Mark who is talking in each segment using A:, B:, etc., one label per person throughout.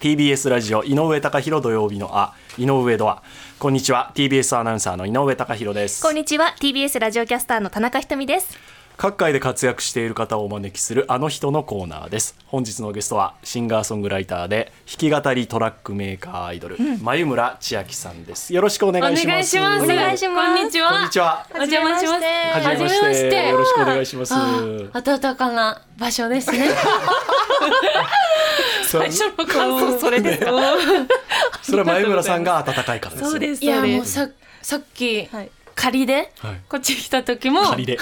A: TBS ラジオ井上貴博土曜日のあ井上ドアこんにちは TBS アナウンサーの井上貴博です
B: こんにちは TBS ラジオキャスターの田中ひとみです
A: 各界で活躍している方をお招きするあの人のコーナーです本日のゲストはシンガーソングライターで弾き語りトラックメーカーアイドル、眉村千秋さんですよろしくお願いします
B: お願いします
C: こんにちは。
A: こんにちは
C: お邪魔します。
A: はじめまして
C: はじめま
A: よろしくお願いします
C: あ暖かな場所ですね。
A: それ
C: の感想それですか。
A: それは眉村さんが温かいからですよ
B: そうです
C: い
B: そ
C: や
B: う
C: も
B: で
C: う
B: す
C: ささっき
B: はい
C: 仮で
A: はい
C: こっち来た時も
A: 仮で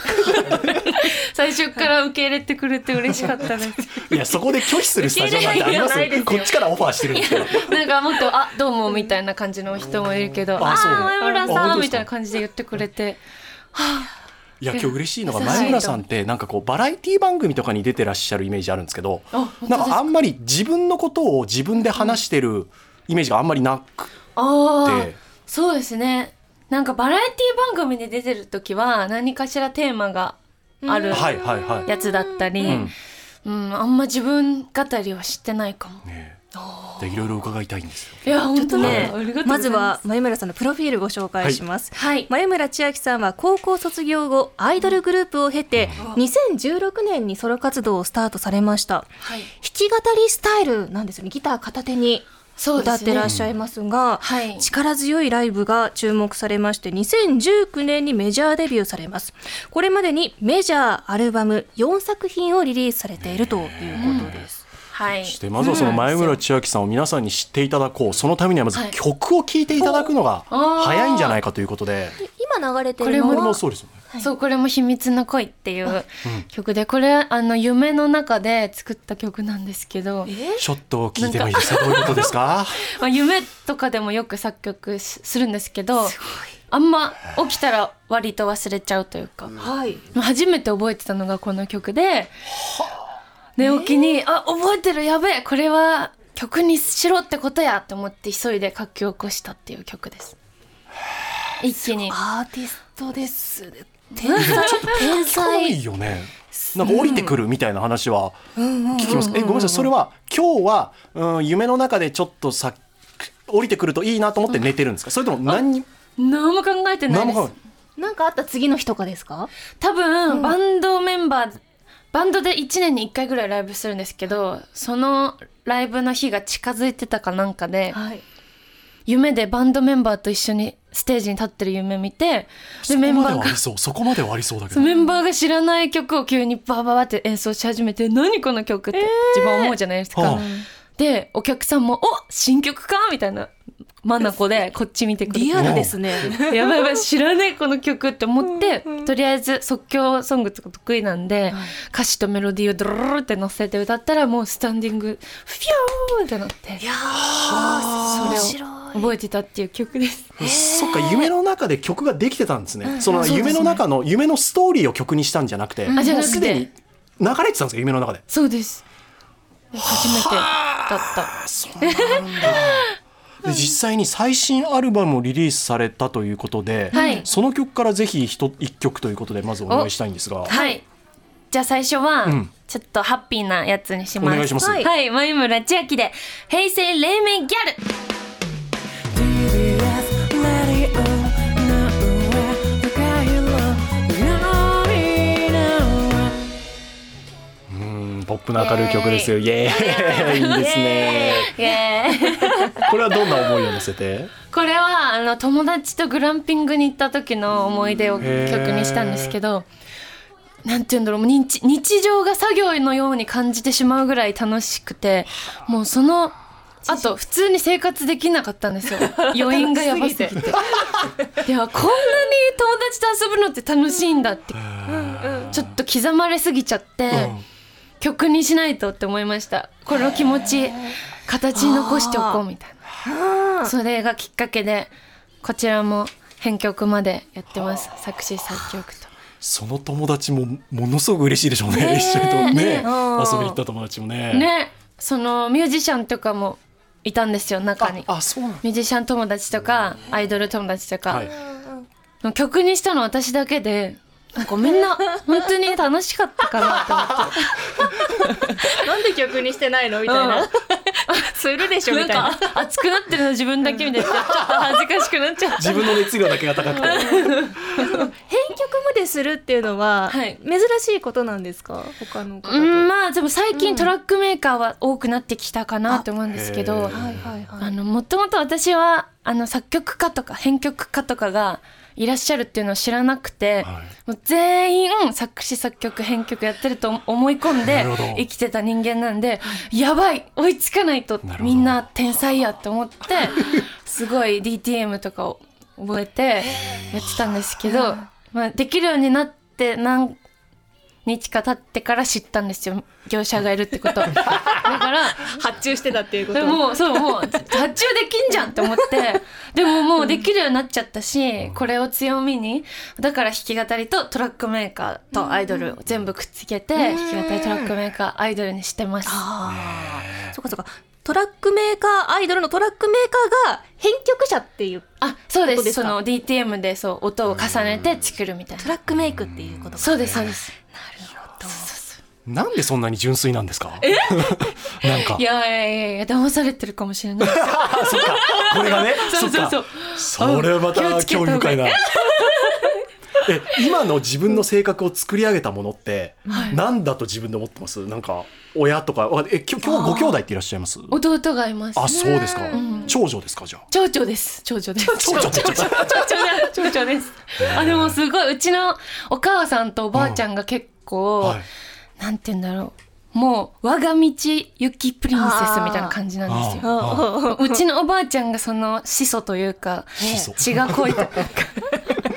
C: 最初から受け入れてくれて嬉しかったです。
A: いやそこで拒否するスタジオなんてあります
B: いやいやないですよ
A: こっちからオファーしてるんですけど
C: なんかもっとあどうもみたいな感じの人もいるけど、
A: あ
C: あ
A: そう
C: ー前村
A: あ本
C: さ
A: 当
C: ん
A: です
C: み
A: か
C: たいな感じで言ってくれて、
A: いや今日嬉しいのが
C: 優しいと
A: 前村さんってなんかこうバラエティ番組とかに出てらっしゃるイメージあるんですけど
C: あ本当
A: なん
C: です
A: かあ
C: か。
A: んまり自分のことを自分で話してるイメージがあんまりなく
C: ああ
A: て
C: そうですね。なんかバラエティ番組で出てる時は何かしらテーマがある
A: はいはいはい
C: やつだったり、
A: うん
C: うん、あんま自分語りは知ってないかも。
A: ねでいろいろ伺いたいんですよ。
C: いや、本当
B: ね
C: ね、ありがとうござい
B: ますずは、眉村さんのプロフィールご紹介します、
C: はい。
B: 眉村千秋さんは高校卒業後アイドルグループを経て2016年にソロ活動をスタートされました
C: は
B: 弾
C: い。
B: き語りスタイルなんですよねギター片手に
C: そう
B: 歌
C: で
B: っ
C: す
B: て
C: ね
B: らっ。しゃいますが、
C: はい。
B: 力強いライブが注目されまして2019年にメジャーデビューされますこれまでにメジャーアルバム4作品をリリースされているということです、
C: はい。
A: そしてまずはその前村千秋さんを皆さんに知っていただこうそのためにはまず曲を聴いていただくのが
C: はい
A: 早いんじゃないかということで
B: 今流れて
C: るのは
A: こ
C: こ
A: れ
C: れ
A: も
C: も
A: そうですよね。
C: そう、これも秘密の恋っていう曲で、これ、あの、夢の中で作った曲なんですけど、
A: ちょっと聞いてもいいですかどういうことですか
C: まあ、夢とかでもよく作曲しするんですけど、あんま起きたら割と忘れちゃうというか。
B: はい
C: 初めて覚えてたのがこの曲で寝起きに、あ覚えてるやべえこれは曲にしろってことやと思って急いで書き起こしたっていう曲です一気に
B: アーティストですね天才天
A: 可愛
B: 才
A: いよねなんか降りてくるみたいな話は聞きます。えごめんなさいそれは今日は、うん、夢の中でちょっとさ降りてくるといいなと思って寝てるんですかそれとも何に
C: 何も考えてない
A: 何
C: で
A: も
C: す
A: か
B: なんかあった次の日とかですか
C: 多分、バンドメンバーバンドで1年に1回ぐらいライブするんですけどそのライブの日が近づいてたかなんかで
B: はい
C: 夢でバンドメンバーと一緒にステージに立ってる夢見てで
A: そこ
C: メン
A: まで
C: バ
A: は
C: ー
A: あ
C: が
A: りそうそこまではありそうだけ
C: そ
A: ど
C: うメンバーが知らない曲を急にバーバーバーって演奏し始めて何この曲って自分は思うじゃないですか、
A: はあ
C: でお客さんも「お新曲か!」みたいなマナコでこっち見てくる
B: リアルですね
C: やばいやばい知らないこの曲って思ってとりあえず即興ソングとか得意なんで、歌詞とメロディーをドロロロって乗せて歌ったらもうスタンディングフィヨーンってなって
B: いやー面
C: それ
B: 白い
C: 覚えてたっていう曲です。
A: そっか夢の中で曲ができてたんですね、その夢の中の夢のストーリーを曲にしたんじゃなくて、
C: あじゃ
A: も
C: なくて
A: うすでに流れてたんですか夢の中で
C: そうです初めてだった
A: あそうなんだで実際に最新アルバムをリリースされたということで、
C: はい
A: その曲からぜひひと一曲ということでまずお願いしたいんですが
C: はい。じゃあ最初は、
A: うん
C: ちょっとハッピーなやつにします。
A: お願いします
C: はい、はい、前村千秋で、平成黎明ギャル。
A: うんポップな明るい曲ですよイエーイいいですね
C: イエーイ
A: これはどんな思いを乗せて
C: これはあの友達とグランピングに行った時の思い出を曲にしたんですけど。なんて言うんだろうもう日日常が作業のように感じてしまうぐらい楽しくてもうそのあと普通に生活できなかったんですよ余韻がやばすぎていやこんなに友達と遊ぶのって楽しいんだってちょっと刻まれすぎちゃって、
A: うん
C: 曲にしないとって思いましたこの気持ち形に残しておこうみたいなそれがきっかけでこちらも編曲までやってます作詞作曲と
A: その友達もものすごく嬉しいでしょうね
C: ねえ
A: 一緒にとね遊
C: ねえ
A: びに行った友達もね
C: ねそのミュージシャンとかもいたんですよ中に
A: ああそうなんだ
C: ミュージシャン友達とかアイドル友達とか、
A: はい
C: 曲にしたの私だけでなんかみ んな本当に楽しかったかなと思って
B: なんで曲にしてないのみたいな、
C: うん
B: するでしょみ
C: な
B: た
C: ん
B: いな
C: か熱くなってるの自分だけみたいなちょっと恥ずかしくなっちゃう
A: 自分の熱量だけが高くて
B: 編曲までするっていうのは、
C: はい
B: 珍しいことなんですか他の方と、
C: うんまあでも最
B: う
C: 近
B: ん
C: トラックメーカーは多くなってきたかなと思うんですけ
A: あへ
C: ど、
A: ー
B: はいはいはい
C: あのもともと私はあの作曲家とか編曲家とかがいらっしゃるっていうのを知らなくて、
A: はい
C: もう全員作詞作曲編曲やってると思い込ん
A: な
C: で
A: るほど
C: 生きてた人間なんでやばい追いつかないと
A: なるほど
C: みんな天才やと思ってすごい DTM とかを覚えてやってたんですけど、まあ、できるようになって何日か経ってから知ったんですよ業者がいるって ことだから
B: 発注してたっていうこ
C: で
B: と
C: もうそうもう発注できんじゃんって 思ってでももうできるようになっちゃったしこれを強みにだから弾き語りとトラックメーカーとアイドルを全部くっつけて弾き語りトラックメーカーアイドルにしてます
B: ああそうかそうかトラックメーカーアイドルのトラックメーカーが編曲者っていう
C: あそうで
B: そう
C: す
B: ですか
C: その DTM でそう音を重ねて作るみたいな
B: トラックメイクっていうことか
C: そうですそうです
A: なんでそんなに純粋なんですか なんか
C: いやいやいやいや騙されてるかもしれない
A: あそっかこれがね
C: そうそう
A: そ
C: そ
A: っ
C: う
A: かそれはま
C: 気を
A: た
C: つけた
A: 興味
C: 方が
A: 深いなえ今の自分の性格を作り上げたものって、なんだと自分で思ってますなんか親とかわかんないえきょ今日ご兄弟っていらっしゃいます
C: 弟がいます
A: あそうですか、
C: ん
A: 長女ですかじゃあ
C: 長女です長女です
A: 長女長女
C: 長女長女です。あでもすごいうちのお母さんとおばあちゃんが結構、
A: はい
C: なんて言うんだろうもう我が道行きプリンセスみたいな感じなんですよ。
A: あ
B: あ
C: うちのおばあちゃんがその始祖というか
A: 始祖
C: 血が濃いというか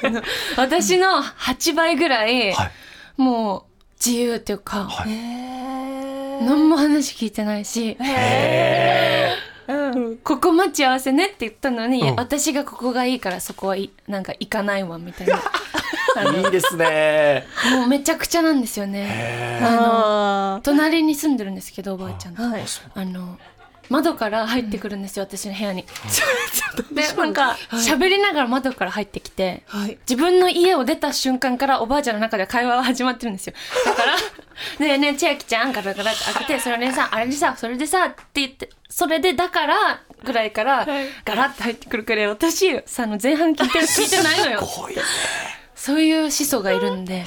C: あの私の8倍ぐらい、
A: はい
C: もう自由というか、
A: はい
B: へえ
C: 何も話聞いてないし
A: へ
C: ここ待ち合わせねって言ったのに、
A: うん
C: 私がここがいいからそこはいなんか行かないわみたいなあの
A: ーいいですね
C: もうめちゃくちゃなんですよね。
A: へ
B: あ
C: 隣に住んでるんですけどおばあちゃんと
B: ーはい
C: あの窓から入ってくるん ですよ、私の部屋に。でなんか喋りながら窓から入ってきて
B: はい
C: 自分の家を出た瞬間からおばあちゃんの中で会話は始まってるんですよだ から「ねえねえ千秋ちゃん」からからって開けて「それでさあれでさそれでさ」って言ってそれでだからぐらいからガラッて入ってくるくらい私さあの前半聞いてる聞いてないのよ
A: ーすごいね
C: そういう始祖がいるんで。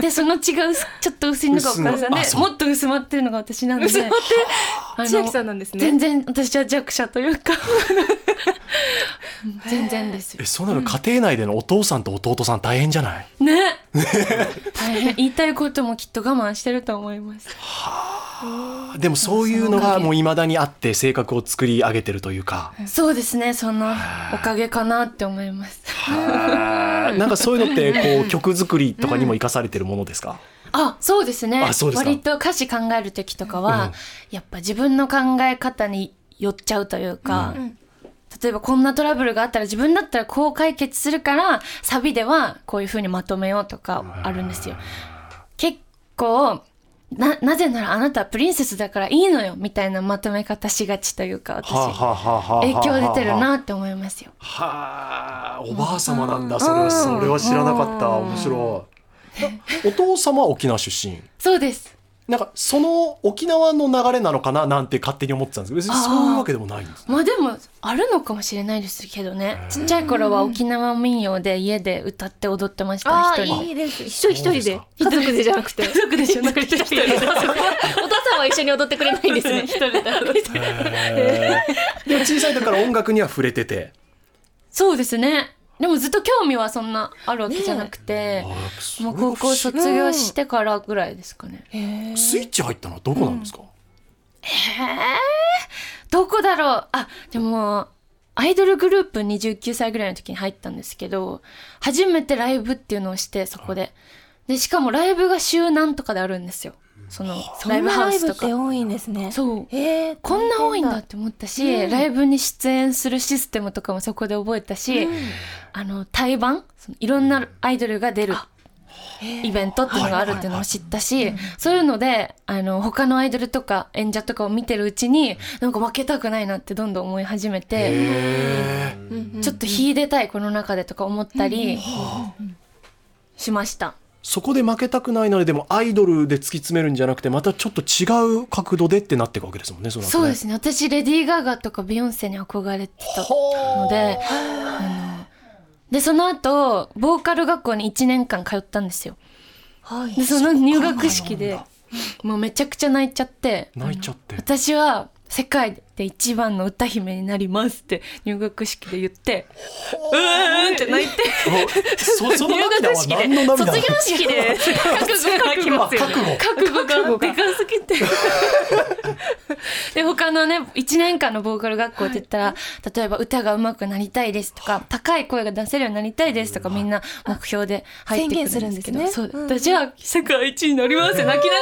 C: で、その血が薄ちょっと薄いのがお母
A: 薄
C: さ
A: いのあ
C: んで、
A: そう
C: もっと薄まってるのが私なんで。
B: 薄まって
C: あの
B: 千秋さんなんですね
C: 全然、私は弱者とい うか。全然ですよ
A: え。そうなの家庭内でのお父さんと弟さん大変じゃない
C: ね。大変。言いたいこともきっと我慢してると思います。
A: でもそういうの
C: そのおか
A: が
C: げ
A: もういまだにあって性格を作り上げてるというか、
C: そうですね、そのおかげかなって思います。
A: なんかそういうのってこう曲作りとかにも生かされてるものですか、
C: あそうですね
A: あそうですか
C: 割と歌詞考える時とか
A: う
C: は、
A: ん
C: やっぱ自分の考え方に寄っちゃうというか、
B: ん
C: 例えばこんなトラブルがあったら自分だったらこう解決するからサビではこういう風にまとめようとかあるんですよ。結構ななぜならあなたはプリンセスだからいいのよみたいなまとめ方しがちというか私、
A: はあはあはあはあはあ
C: 影響出てるなって思いますよ。
A: はあおばあ様なんだそれはそれは知らなかった面白いお父様は沖縄出身
C: そうです
A: なんかその沖縄の流れなのかななんて勝手に思ってたんですけど別にそういうわけでもないんです
C: まあでもあるのかもしれないですけどねちっちゃい頃は沖縄民謡で家で歌って踊ってました
B: あ
C: 一
B: ー
C: 人
B: い
C: で
B: いです一緒一人で
A: そ
B: 家族でじゃなくて
C: 家族でしょ一人で
B: お父さんは一緒に踊ってくれないんですね一人だ
A: へえでも小さい時から音楽には触れてて
C: そうですねでもずっと興味はそんなあるわけじゃなくて、もう高校卒業してからぐらいですかね、
A: スイッチ入ったのはどこなんですか、
C: どこだろうあでもアイドルグループ29歳ぐらいの時に入ったんですけど初めてライブっていうのをしてそこででしかもライブが週何とかであるんですよそのライブハウスとか
B: 多いんですね
C: そう
B: えー
C: こんな多いんだって思ったし、ライブに出演するシステムとかもそこで覚えたし、あの対バンそのいろんなアイドルが出るイベントっていうのがあるっていうのも知ったし、そういうのであの他のアイドルとか演者とかを見てるうちになんか負けたくないなってどんどん思い始めてちょっと秀でたいこの中でとか思ったりしました
A: そこで負けたくないのででもアイドルで突き詰めるんじゃなくてまたちょっと違う角度でってなっていくわけですもんねその後ね
C: そうですね私レディー・ガガとかビヨンセに憧れてたのであのでその後ボーカル学校に1年間通ったんですよ
B: はい
C: でその入学式でもうめちゃくちゃ泣いちゃって
A: 泣いちゃって
C: 私は世界で一番の歌姫になりますって入学式で言ってうーんって泣いて
A: そ その
B: 入
A: 涙
B: 学
A: は
B: 式
A: 何の
B: で
A: 涙
B: 卒業式で覚悟がきますよね
C: 覚悟がでかすぎてで他のね1年間のボーカル学校って言ったら、例えば歌が上手くなりたいですとか高い声が出せるようになりたいですとかみんな目標で入ってくるんですけど
B: 宣言するんですね
C: そう
B: うん
C: だじゃあ世界一になりますって泣きながら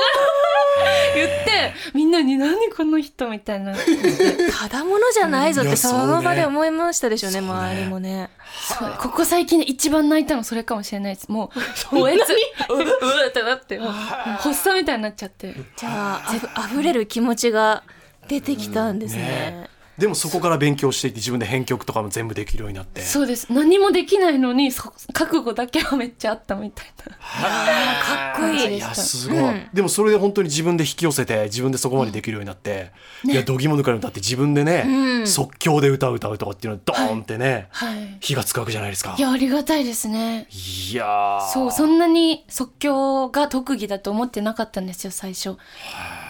C: 言ってみんなに「何この人」みたいな
B: ただものじゃないぞっ
A: い
B: て
A: や
B: その場
A: そうね
B: で思いましたでしょうね
A: そうね
B: 周りもね
C: そうここ最近で一番泣いたのそれかもしれないですも う吠えつうううってなってもう発作みたいになっちゃって
B: じゃああふ溢れる気持ちが出てきたんです
A: ね
B: ね
A: でもそこから勉強していって自分で編曲とかも全部できるようになって
C: そうです何もできないのにそ覚悟だけはめっちゃあったみたいな
B: かっこい
A: い
B: い
A: やすごい、
B: うん
A: でもそれで本当に自分で引き寄せて自分でそこまでできるようになって、いや度肝抜かれるんだって自分でね、
B: うん
A: 即興で歌う歌うとかっていうのはドーンってね、
C: はい
A: 火がつくわけじゃないですか
C: いやありがたいですね
A: いやー
C: そうそんなに即興が特技だと思ってなかったんですよ最初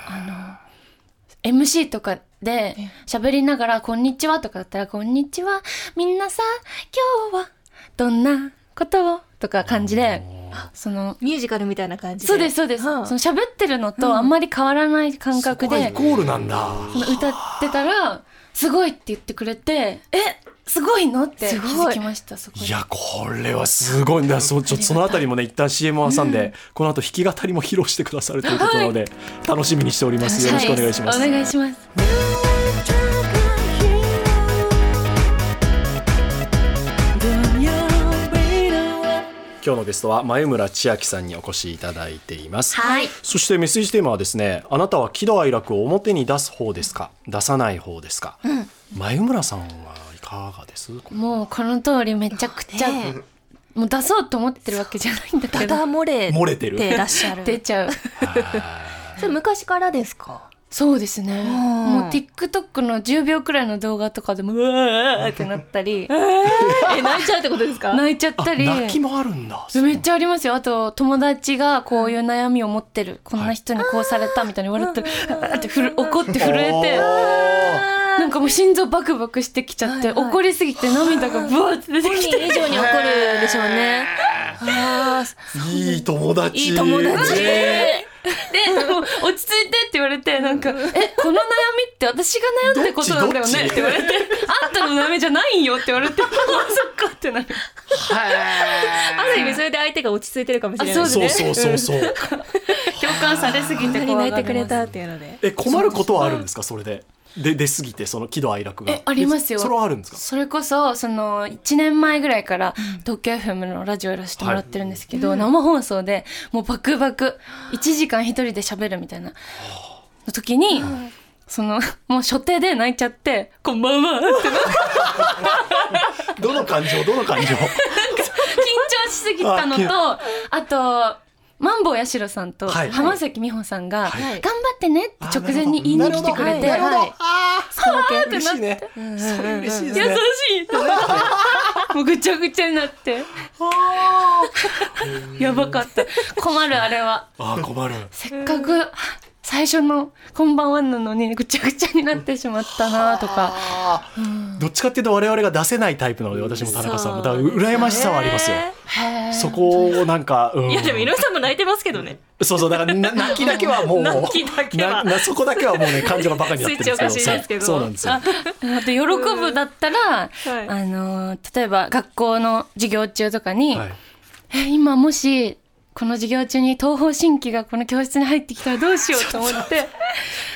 C: あの MC とかで喋りながら「こんにちは」とかだったら「こんにちはみんなさ今日はどんなことを?」とか感じでその
B: ミュージカルみたいな感じで
C: そうですそうです、
B: はあ
C: その喋ってるのとあんまり変わらない感覚
A: そこは
C: で
A: イ、コールなんだ、
C: その歌ってたら「すごい」って言ってくれて「えすごいの?」って気
B: すごい
C: づきましたそこで
A: いやこれはすごいんだそちょそのあたりもね一旦 CM を挟んで、この後弾き語りも披露してくださるということなので、楽しみにしておりますよろしくお願いします、
C: はお願いします
A: 今日のゲストは前村千秋さんにお越しいただいています
B: はい
A: そしてメッセージテーマはですねあなたは喜怒哀楽を表に出す方ですか出さない方ですか、前村さんはいかがです
C: もうこの通りめちゃくちゃ、
B: ね
C: もう出そうと思ってるわけじゃないんだけ
B: ダ
C: ど
B: ダ漏れ
A: 漏れてる
B: てらっしゃる
C: 出ちゃう
B: それ昔からですか
C: そうですねもう
B: うん
C: TikTok の10秒くらいの動画とかでもうわーってなったり
B: え泣いちゃうってことですか
C: 泣いちゃっ
A: あ
C: たり
A: 泣きもあるんだ
C: めっちゃありますよあと友達がこういう悩みを持ってるこんな人にこうされたみたいに言われて、あーってふる怒って震えて
A: て
C: なんかもう心臓バクバクしてきちゃって、
B: はいはい
C: 怒りすぎて涙がブワーって出て
B: 本
C: きて
B: 人以上に怒るでしょうねあー
A: いい友達
B: いい友達
A: ね
C: でもう落ち着いて って言われてなんか「えこの悩みって私が悩んだことなんだよね」って言われて「あんたの悩みじゃないよ」って言われて「あ そっか」ってなる
B: ある意味それで相手が落ち着いてるかもしれない
C: あ
B: です
A: そ
B: ね
A: うそうそうそう
C: 共感されすぎて
B: 何泣いて
C: て
B: くれたっていうので
A: え困ることはあるんですかそれでで出過ぎてその喜怒哀楽が
C: えありますよ
A: それはあるんですか
C: それこそその1年前ぐらいから東京 FM のラジオやらせてもらってるんですけど、生放送でもうバクバク1時間一人で喋るみたいなの時に、そのもう初手で泣いちゃって「こんばんは」って緊
A: どの感情どの 感情
C: 張しすぎたのとあと。マンボウ八代さんと
A: はい
C: 浜崎美穂さんが「
A: はい
C: 頑張ってね」って直前に言いに来てくれて
B: あなるほどなるほど
C: はい
A: あー嬉しいねそれ嬉しいです
C: 優
A: ね
C: しいってなってもうぐちゃぐちゃになってやばかった困るあれは
A: あー困る
C: せっかく最初の「こんばんは」なのにぐちゃぐちゃになってしまったなとか
A: あーどっちかっていうと我々が出せないタイプなので私も田中さんもだから羨ましさはありますよ
C: へー
A: そこをなんか、うん、
B: いやでも井上さんも泣いてますけどね
A: そうそうだから な泣きだけはもう
B: 泣きだけは
A: ななそこだけはもうね感情がバカになってるんですけど
B: スイッチおかしいですけど
A: そうそうなんですよ
C: あと喜ぶだったら、
B: はい
C: あのー例えば学校の授業中とかに、
A: はい
C: え今もしこの授業中に東方神起がこの教室に入ってきたらどうしようと思って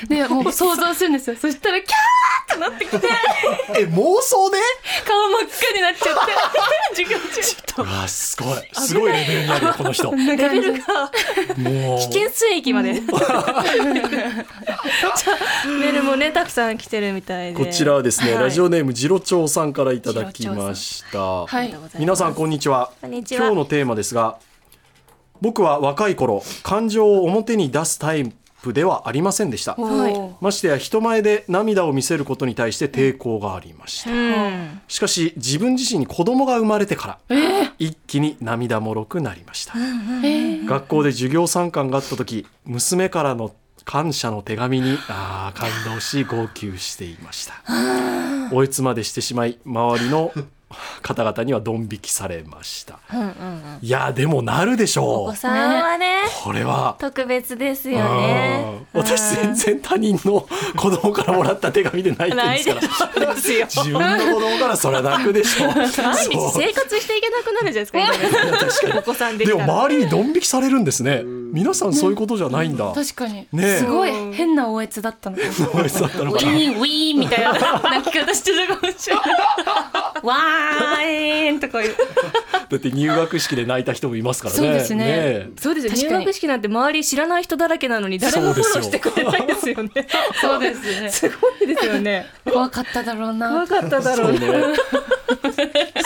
C: でもう想像するんですよそしたらキャーってなってきて
A: え妄想で
C: 顔真っ赤になっちゃって授業
A: う
C: 中
A: わすごいすごいレベルにあるよこの 人も
C: レ
B: レベルが
A: う
B: 危険水域までじゃあメールもねたくさん来てるみたいで
A: こちらはですね、
B: はい
A: ラジオネームジロチョウさんからいただきました、
C: はい
B: ありがとうございます
A: 皆さんこんにちは
B: こんにちは
A: 今日のテーマですが僕は若い頃感情を表に出すタイプではありませんでした
B: はい
C: おー
A: ましてや人前で涙を見せることに対して抵抗がありました、
B: うん
A: しかし自分自身に子供が生まれてから、一気に涙もろくなりました、
C: えー
A: 学校で授業参観があった時娘からの感謝の手紙にあー感動し号泣していました追いつまでしてしまい周りの方々にはドン引きされました
B: うんうん
A: いやでもなるでし
B: お
A: ょ
B: 子
A: う
B: さんはね
A: これは
B: 特別ですよね
A: うん私全然他人の子供からもらった手紙で泣いてるんですから
B: そうですよ
A: 自分の子供からそれは泣くでし ょう
B: 毎日
A: そう
B: 生活していけなくなるじゃないですか今ねお子さんでき
A: でも
B: たら
A: 周りにドン引きされるんですね皆さんそういうことじゃないんだ
C: 確かに、
A: ねえ
C: すごい変な応えだったのかな
A: どうだったの
C: ウ
A: かな
C: ィーンウィーンみたいな泣き方してたかもしれないわーいとか言う
A: だって入学式で泣いた人もいますからね。
C: そうですね
A: え
B: そうですよ
C: 確
B: 入
C: かに
B: 学式なんて周り知らない人だらけなのに誰もフォローしてくれないですよね
C: そうですね
B: すごいですよね
C: 怖かっただろうな
B: 怖かっただ
A: そ
B: ろ
A: う
B: う
A: ね
B: ね。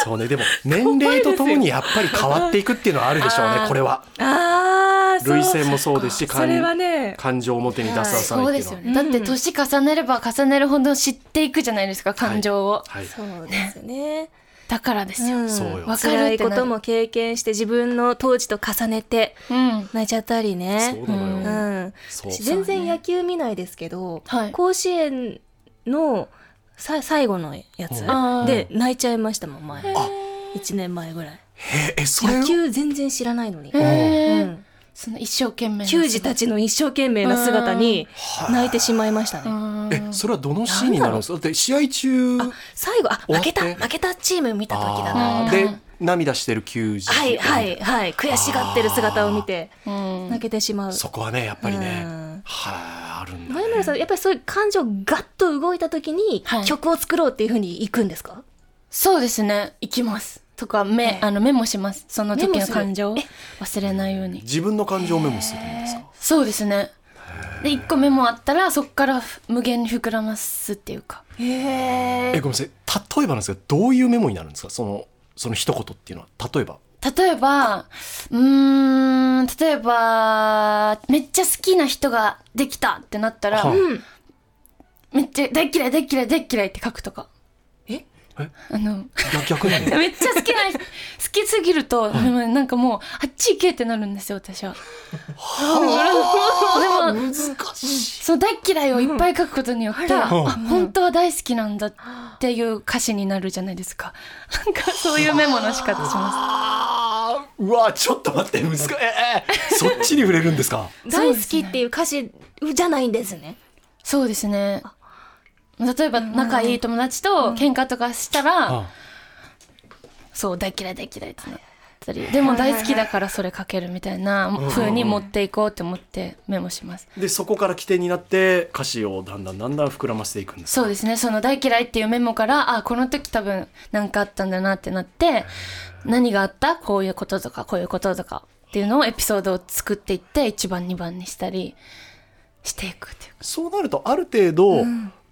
A: そうね、でも年齢とともにやっぱり変わっていくっていうのはあるでしょうね
C: あ、ー
A: これは。
B: ああ
A: 涙腺もそうですし、
B: それは
A: 感
B: ね
A: 感情を表に出ささ
C: そ
A: な
C: う
A: い
C: で
A: っていう
C: す
A: の
C: よ
A: は。
C: ねだって年重ねれば重ねるほど知っていくじゃないですか感情を、
A: はい、
B: そうですね
C: だからですよ、
B: うん
A: そうよ
C: わかるってな
B: 辛
C: る
B: いことも経験して自分の当時と重ねて
C: うん
B: 泣いちゃったりね
A: そうなのよ。
C: うん
A: そう
B: 私全然野球見ないですけど、
C: はい
B: 甲子園のさ最後のやつ
C: うん
B: で泣いちゃいましたもん前
A: あ
B: 1年前ぐらい
A: ええそれ
B: 野球全然知らないのに、
C: へえ
B: うん
C: その一生懸命な
B: 球児たちの一生懸命な姿に泣いてしまいました
C: う
B: ね
C: ん
A: えそれはどのシーンになるんですか。だって試合中
B: あ最後あ
A: 終わ
B: 負
A: って
B: けた負けたチーム見た時だな
A: あ
C: な
A: ーで涙してる球児。
B: はいはいはい悔しがってる姿を見て
C: うん
B: 泣けてしまう
A: そこはねやっぱりね
B: うん
A: はいあるんだ、ね。
B: 前村さんやっぱりそういう感情がっと動いた時に
C: はい
B: 曲を作ろうっていうふうにいくんですか、
C: そうですね行きますとか
B: え
C: メ
B: え
C: あのメモしますその時
B: メモ
C: の
B: する
C: 感情を忘れないように
A: 自分の感情をメモするんですか。
C: そうですねで一個メモあったらそこから無限に膨らますっていうか
A: えごめんなさい例えばなんですがどういうメモになるんですかそのその一言っていうのは例えば
C: 例えばうーん例えばめっちゃ好きな人ができたってなったら、
A: はい
B: うん
C: めっちゃ大っ嫌い大っ嫌い大っ嫌いって書くとか
B: え
A: え
C: あの
A: 逆逆なの
C: めっちゃ好きな人好きすぎると、なんかもうあっち行けってなるんですよ私は。でも
A: 難しい
C: その大っ嫌いをいっぱい書くことによって、あ
A: うん
C: 本当は大好きなんだっていう歌詞になるじゃないですか。なんかそういうメモの仕方します。
A: あーうわちょっと待って難しいえ えそっちに触れるんですか
B: 大好きっていう歌詞じゃないんですね
C: そうですね。例えば仲いい友達と喧嘩とかしたら、
A: あ
C: そう大嫌い大嫌いってなったりでも大好きだからそれ書けるみたいな風に持っていこうと思ってメモします。
A: でそこから起点になって歌詞をだんだんだんだん膨らませていくんです
C: そうですねその大嫌いっていうメモからあこの時多分何かあったんだなってなって何があったこういうこととかこういうこととかっていうのをエピソードを作っていって1番2番にしたりしていくっていうか
A: そうなるとある程度、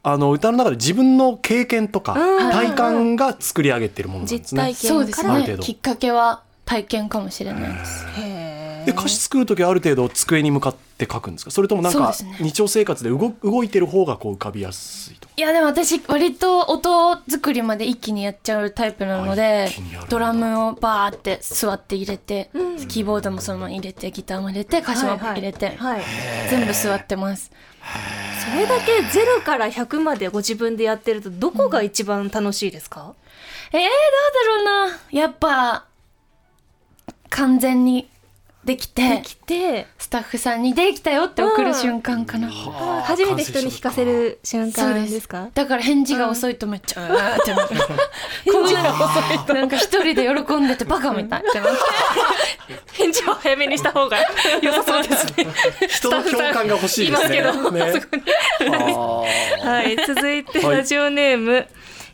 A: あの歌の中で自分の経験とか体感が作り上げてるものなんです
B: 実
A: ね
B: 体
C: そ
B: 験
C: うで
B: か
C: す
A: あ
B: ら
A: る
C: ね
A: 程度
C: きっかけは体験かもしれないです。
B: へ
A: で歌詞作る時はある程度机に向かって書くんですかそれともなん
C: そう
A: か
C: ですね
A: 日常生活で動動いてる方がこう浮かびやすいとか
C: いやでも私割と音作りまで一気にやっちゃうタイプなの
A: あ
C: で
A: 一気にやるんだ
C: ドラムをバーって座って入れて、キーボードもそのまま入れてギターも入れて歌詞も入れて、
B: はいはい、
C: 全部座ってます
B: それだけゼロから100までご自分でやってるとどこが一番楽しいですか、
C: えー、どうだろうなやっぱ完全にできて
B: できて
C: スタッフさんに「できたよ」って送る瞬間かな、
A: はあ
B: 初めて人に聞かせる瞬
C: そう
B: 間ですか
C: だから返事が遅いとめっちゃ「うわ」ってなる返事が遅いとなんか一人で喜んでてバカみたいってなって
B: 返事を早めにした方が良さそうです ね
A: 人の共感が欲しいですね。
B: いますけど
A: ね
B: はい続いてラジオネーム、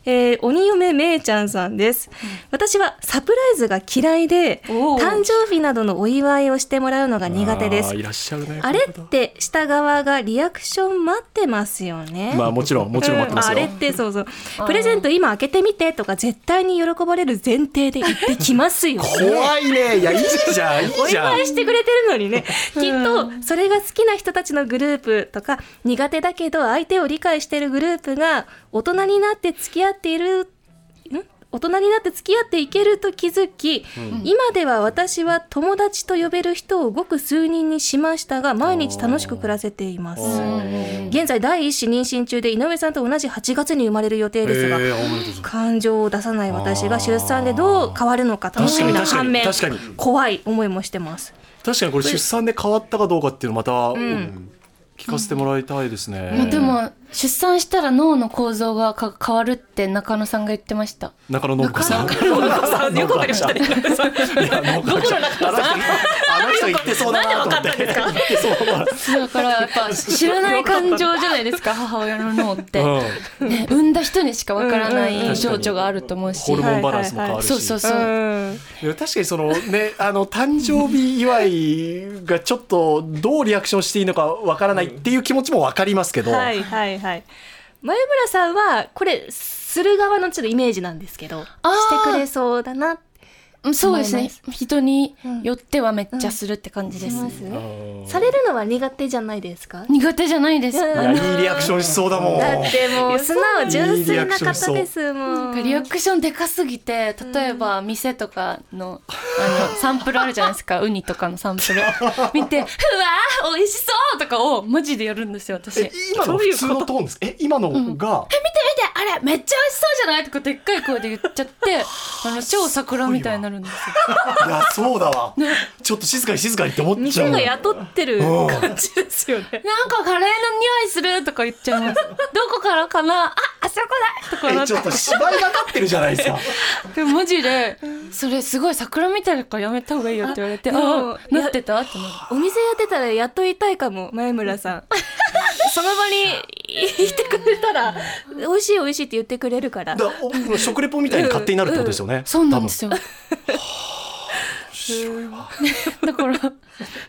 B: えー、鬼嫁めいちゃんさんです、私はサプライズが嫌いで
C: おー
B: 誕生日などのお祝いをしてもらうのが苦手です
A: あーいらっしゃるね
B: あれって下側がリアクション待ってますよね。
A: まあもちろんもちろん待ってますよ、
B: うんあれってそうそう。プレゼント今開けてみてとか絶対に喜ばれる前提で言ってきますよね。
A: 怖いねいやいいじゃんいい
B: お
A: じゃん
B: 祝いしてくれてるのにねきっとそれが好きな人たちのグループとか苦手だけど相手を理解してるグループが大人になって付き合っているん大人になって付き合っていけると気づき、今では私は友達と呼べる人をごく数人にしましたが毎日楽しく暮らせています現在第一子妊娠中で井上さんと同じ8月に生まれる予定ですが、
A: えーおめでとうございます
B: 感情を出さない私が出産でどう変わるのか楽しみな
A: 確かに
B: 反面
A: 確かに確かに
B: 怖い思いもしてます
A: 確かにこれ出産で変わったかどうかっていうのまた、聞かせてもらいたいですね、
C: もうでも出産したら脳の構造がか変わるって中野さんが言ってました
A: 中野信子さん中野信子さんよくわかりましたねどこの中野さんあの人言ってそうだなと思ってなんでわかったんですか言って
C: だからやっぱ知らない感情じゃないで すか母親の脳って、
A: そう、うん、
C: ね、産んだ人にしかわからな
B: うんうん
A: うん
C: い情緒があると思うし、
A: ホルモンバランスも
B: はい
A: 変わ
B: はいは
A: るし、
C: そうそうそう、
B: ん
A: いや確かにそのね あの誕生日祝いがちょっとどうリアクションしていいのかわからないっていう気持ちもわかりますけど、
B: はいはいはい前村さんはこれする側のちょっとイメージなんですけどしてくれそうだな
C: うんそうです
B: 思い
C: ね人に
B: うん
C: よってはめっちゃするって感じです、
B: ます
A: あー
B: されるのは苦手じゃないですか
C: 苦手じゃないです、
B: いや
A: いやいいリアクションしそうだ もん
B: だってもう素直純粋な
A: いいリアクシ
B: 方
A: ョン
B: で
A: し
B: すも
C: なんんかリアクションでかすぎて例えば店とかのあのサンプルあるじゃないですかウニとかのサンプル見て「うわー美味しそう!」とかをマジでやるんですよ私。
A: え今の普通のトーンですえ今のが、
C: 見てあれめっちゃ美味しそうじゃないとかでっかい声で言っちゃってあの超桜みたいになるんですよ。
A: いやそうだわ、ちょっと静かに静かにって思っちゃ
B: 店
A: うも
B: が
A: ん
B: 雇ってる
A: うん
B: 感じですよね
C: なんかカレーの匂いするとか言っちゃいます。どこからかなああそこだとかな
A: え
C: っ
A: ちょっと芝居がかってるじゃない ですか
C: てマジでそれすごい桜みたいだからやめた方がいいよって言われて
B: あ
C: あ
B: でも
C: あなってたってなる
B: お店やってたら雇いたいかも前村さん その場にいてくれたら美味しい美味しいって言ってくれるから
A: だお食レポみたいに勝手になるってことですよね、
C: そうなんですよ。
A: 多分
C: だから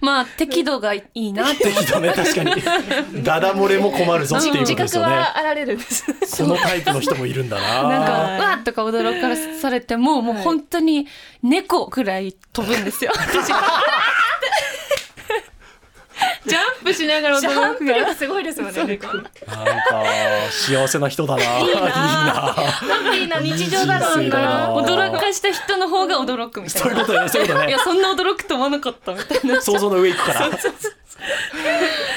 C: まあ適度がいいなって
A: 適当ね確か にダダ漏れも困るぞっていうこと
B: 自
A: です
B: 覚
A: よね
B: はあられるんです
A: このタイプの人もいるんだな
C: なんか
B: はいう
C: わっとか驚かされてももう本当に猫くらい飛ぶんです よ。私がうわーってジャンプしながら驚くから。
B: すごいですもんね。
A: なんか幸せな人だな。いいな。
B: ハッピーな日常だ
A: い
B: ろ
A: いう人生だな
B: な。
C: 驚かした人の方が驚くみた
A: そう
C: い
A: いうことだね。そういうこと
C: な。い
A: ね
C: や。そんな驚くと思わなかったみたいな。
A: 想像の上行くから。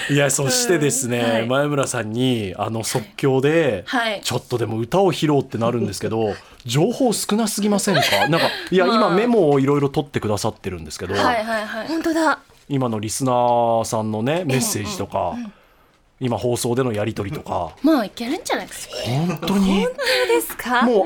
A: いやそしてですね、
B: うんはい
A: 前村さんにあの即興で、
C: はい
A: ちょっとでも歌を披露ってなるんですけど、情報少なすぎませんか。なんかいや、
C: まあ
A: 今メモをいろいろ取ってくださってるんですけど、
C: はいはいはい。
B: 本当だ。
A: 今のリスナーさんのねメッセージとか、今放送でのやり取りとか、
C: まあいけるんじゃないですか。
A: 本当に
B: そうですか。
A: も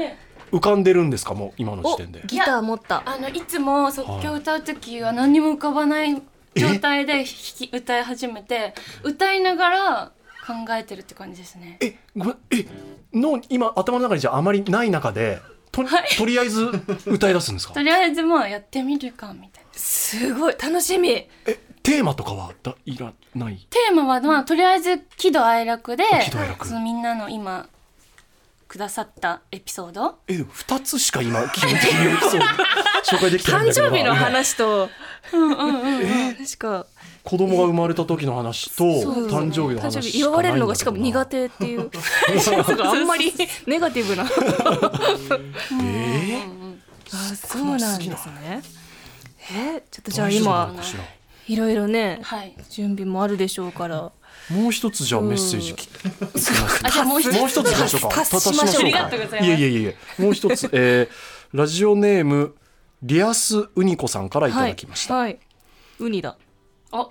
A: う浮かんでるんですかもう今の時
B: お
A: 点で。
B: ギター持った。
C: あのいつも即興歌う時は何にも浮かばない状態で弾き歌い始めて歌いながら考えてるって感じですね。
A: え、ごめん、え、の、今頭の中にじゃああまりない中で、と、とりあえず歌い出すんで すか
C: と。りあえずまあやってみるかみたいな。
B: すごい楽しみ。
A: え、テーマとかはだいらない。
C: テーマはまあとりあえず喜怒哀楽で
A: 喜怒哀楽
C: そのみんなの今くださったエピソード
A: え、二つしか今 基本的にそう紹介できてないん
B: 誕
A: だけどな。
B: 生日
A: 今
B: の話 と。うんうんうん。しか。
A: 子供が生まれた時の話と誕生日の
B: 誕生
A: 話し
B: 日
A: か
B: 祝
A: な
B: わ
A: いんだけどな。
B: れるのがしかも苦手っていう。なんかあんまりネガティブな。
A: え
B: あ、そうなんですね。え、ちょっと
A: ー、
B: じゃあ
A: 大丈夫な
B: 今
A: のかしら
B: いろいろね
C: はい
B: 準備もあるでしょうから。
A: もう一つじゃあメッセージき。
C: あじゃあもう一つ
A: もう一つしましょうか。
B: パスパスしましょ
A: 足
B: う
C: ありがとうございます
A: いやいやいや、もう一つ、えー、ラジオネームリアスウニコさんからいただきました。
B: はい。ウニだ。
C: あ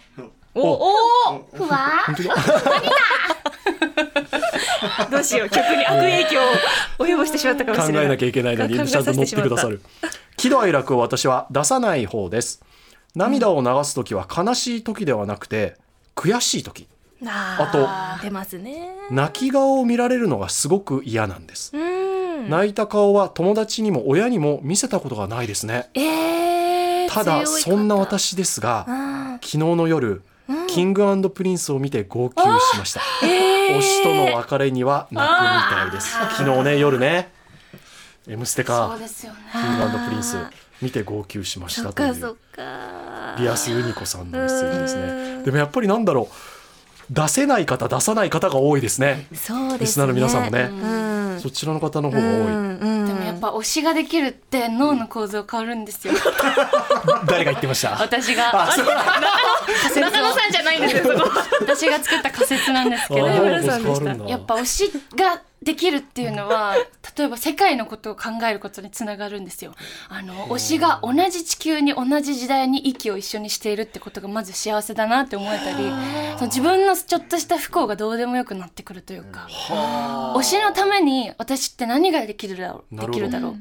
B: お
A: お
B: お
C: ふわー
B: ーどうしよう曲に悪影響を及ぼしてしまったかも
A: 考
B: しれない
A: えなきゃいけないの
B: 考
A: に
B: え
A: ちゃ
B: さ
A: んと
B: せ
A: 乗ってて
B: しまっ
A: く
B: た
A: ださる喜怒哀楽を私は出さない方です涙を流す時は悲しい時ではなくて悔しい時
B: あー出ますね
A: 泣き顔を見られるのがすごく嫌なんです
B: うーん
A: 泣いた顔は友達にも親にも見せたことがないですね
B: えー、
A: ただ
B: 強い方
A: そんな私ですが
B: あ
A: 昨日の夜、キングプリンスを見て号泣しました
B: ーえー
A: 推しとの別れには泣くみたいです昨日ね夜ね「M ステ」
C: そ
A: か
C: うですよね。
A: キングプリンス見て号泣しまし
B: そ
A: た
B: っ
A: とい
B: か
A: う
B: そっか
A: リアスユニコさんのメッセージです
B: う
A: ね
B: ん
A: でもやっぱりなんだろう出せない方出さない方が多いですね
B: そうですね
A: リスナーの皆さんもね
B: うん
A: そちらの方の方
B: う
A: が多い
B: んうん
C: でもやっぱ推しができるって脳の構造変わる んですよ。
A: 誰が言ってました
C: 私が
A: あそう
C: 中野さんじゃないんです よ。そこ私が作った仮説なんですけど。
B: あ村
A: あ
B: さん
A: 変
B: でした
A: わるんだ
C: やっぱ推しができるっていう のは例えば世界のことを考えることにつながるんですよあの推しが同じ地球に同じ時代に息を一緒にしているってことがまず幸せだなって思えたりその自分のちょっとした不幸がどうでもよくなってくるというか推しのために私って何ができるだろう
A: な
C: で
A: るほど
C: きるだろう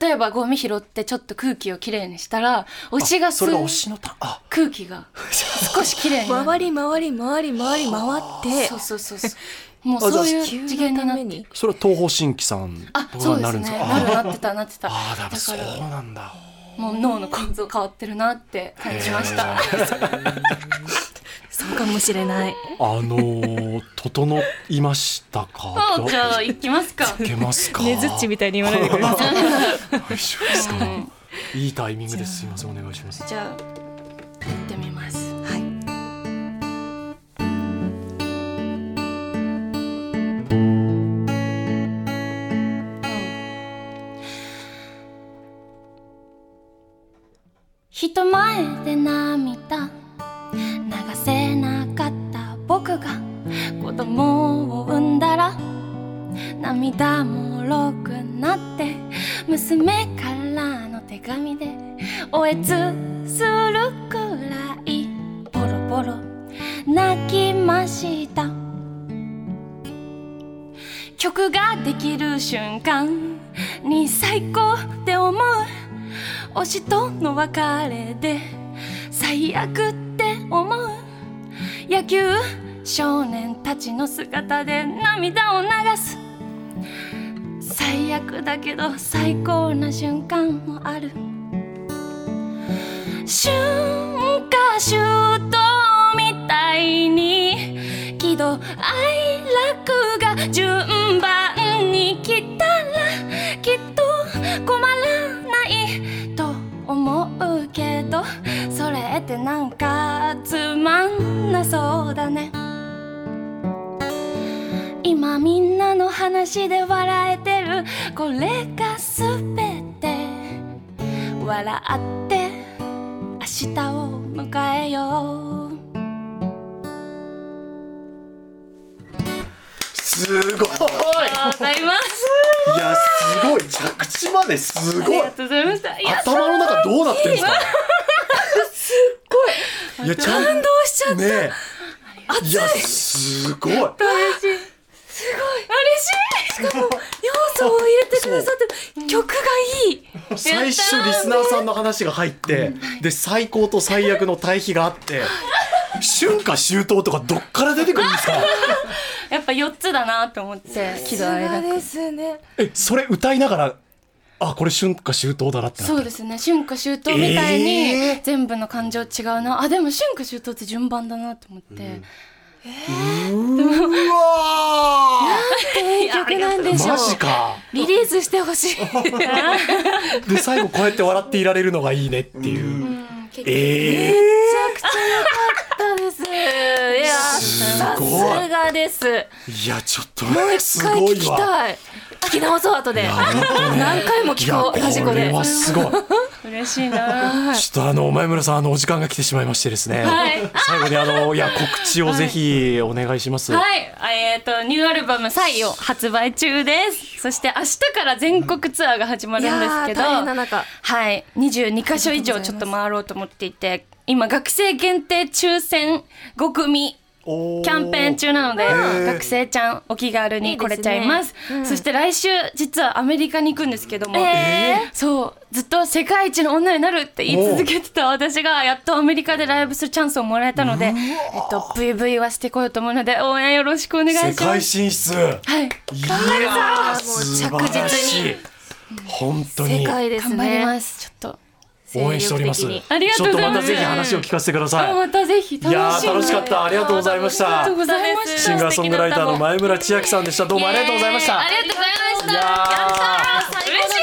C: 例えばゴミ拾ってちょっと空気をきれいにしたら推しが
A: それが推
C: 吸う
A: しのたあ
C: 空気が少しきれいに なる
B: 回り回り回り回り回って
C: そうそうそうそうもうそういう
B: 地
C: 次
B: 球
C: 元
B: の
C: に
B: た
C: な
B: め
C: って
B: に
A: それは東方神起さん
C: あ、
A: と
C: そ
A: か
C: う
A: に
C: で
A: な
C: す
A: るんで
C: ね。
A: すか
C: なる
A: あ
C: なってたなってた。
A: あだからそう
C: だか
A: なんだ
C: らもう脳の構造変わってるなって感じました。
B: そうかもしれない
A: あのー整いましたか
C: そう じゃあ行きますか。
A: いけますか
B: ねずっちみたいに言わないでく ださ
A: 大
B: い
A: 丈夫ですか
C: うん
A: いいタイミングですすいませんお願いします
C: じゃあ行ってみます。
B: はい
C: 人前で涙流せなかった僕が子供を産んだら涙もろくなって娘からの手紙でおえつするくらいボロボロ泣きました曲ができる瞬間に最高って思う推しとの別れで最悪って思う野球少年たちの姿で涙を流す最悪だけど最高な瞬間もある春夏秋冬みたいに喜怒哀楽が順番に来たらきっと困らないと思うけどそれってなんかつまんなそうだね今みんなの話で笑えてるこれがすべて笑って明日を迎えよう
A: すごい
C: ございます
A: いやすごい着地まです
C: あり
A: ごい
C: がとうございましたいや
A: 頭の中どうなってんすかすごいいやちゃん
B: 感動しちゃう
A: ねえいやすごい
B: 嬉しいしかも要素を入れてくださってる曲がいい
A: 最初リスナーさんの話が入ってで最高と最悪の対比があって春夏秋冬とかどっから出てくるんですか
C: やっぱ4つだなと思って喜怒哀楽
B: ですね
A: えそれ歌いながらあこれ春夏秋冬だなってなった
C: そうですね春夏秋冬みたい
A: えー
C: に全部の感情違うな、あでも春夏秋冬って順番だなと思って、
A: うわ
B: いい曲なんで
A: ー
B: しょう
A: マジか
B: リリースしてほしい
A: で最後こうやって笑っていられるのがいいねっていうええ
B: そうですいや
A: す
B: さ
A: ごい
B: すがですも
A: いやちょっと
B: う
A: ね
B: 一
A: す
B: 回
A: ご
B: 聞き
A: いわ
B: たい聞き直そう後で何回も
A: い
B: 聞
A: や
B: こ
A: こ
B: うラジコで
A: れはすごい
C: 嬉しいな
A: ちょっとあの前村さんあのお時間が来てしまいましてですね、
C: はい
A: 最後にあのいや告知をぜひお願いします。
C: はいえっ、とニューアルバム「サイを発売中ですそして明日から全国ツアーが始ま
B: い
C: るんです
B: や
C: け
B: ー
C: ど
B: 大変な中
C: はい22箇所以上ちょっと回ろうと思っていて今学生限定抽選5組
A: キ
C: キャンペーン中なので
A: ー
C: 学生ちゃんお気軽に来れちゃいます
B: いいですねうん
C: そして来週実はアメリカに行くんですけども、
B: え
C: そうずっと世界一の女になるって言い続けてた私がやっとアメリカでライブするチャンスをもらえたのでえっと VV はしてこようと思うので応援よろしくお願いしま
A: 世
C: す
A: 界進出
C: はい
A: いやー
B: もう
A: 素晴らしい本当に
B: 世界ですね
C: 頑張りますちょっと
A: 応援しております
B: 精力的
C: ありがとうございます
A: ちょっとまたぜひ話を聞かせてくださ
C: あ
A: い
C: またぜひ楽しんで
A: やー楽しかったありがとうございました
C: ありがとうございました
A: シンガーソングライターの前村千秋さんでしたどうもありがとうございました
C: ありがとうございました
A: いやー
C: やったー嬉しい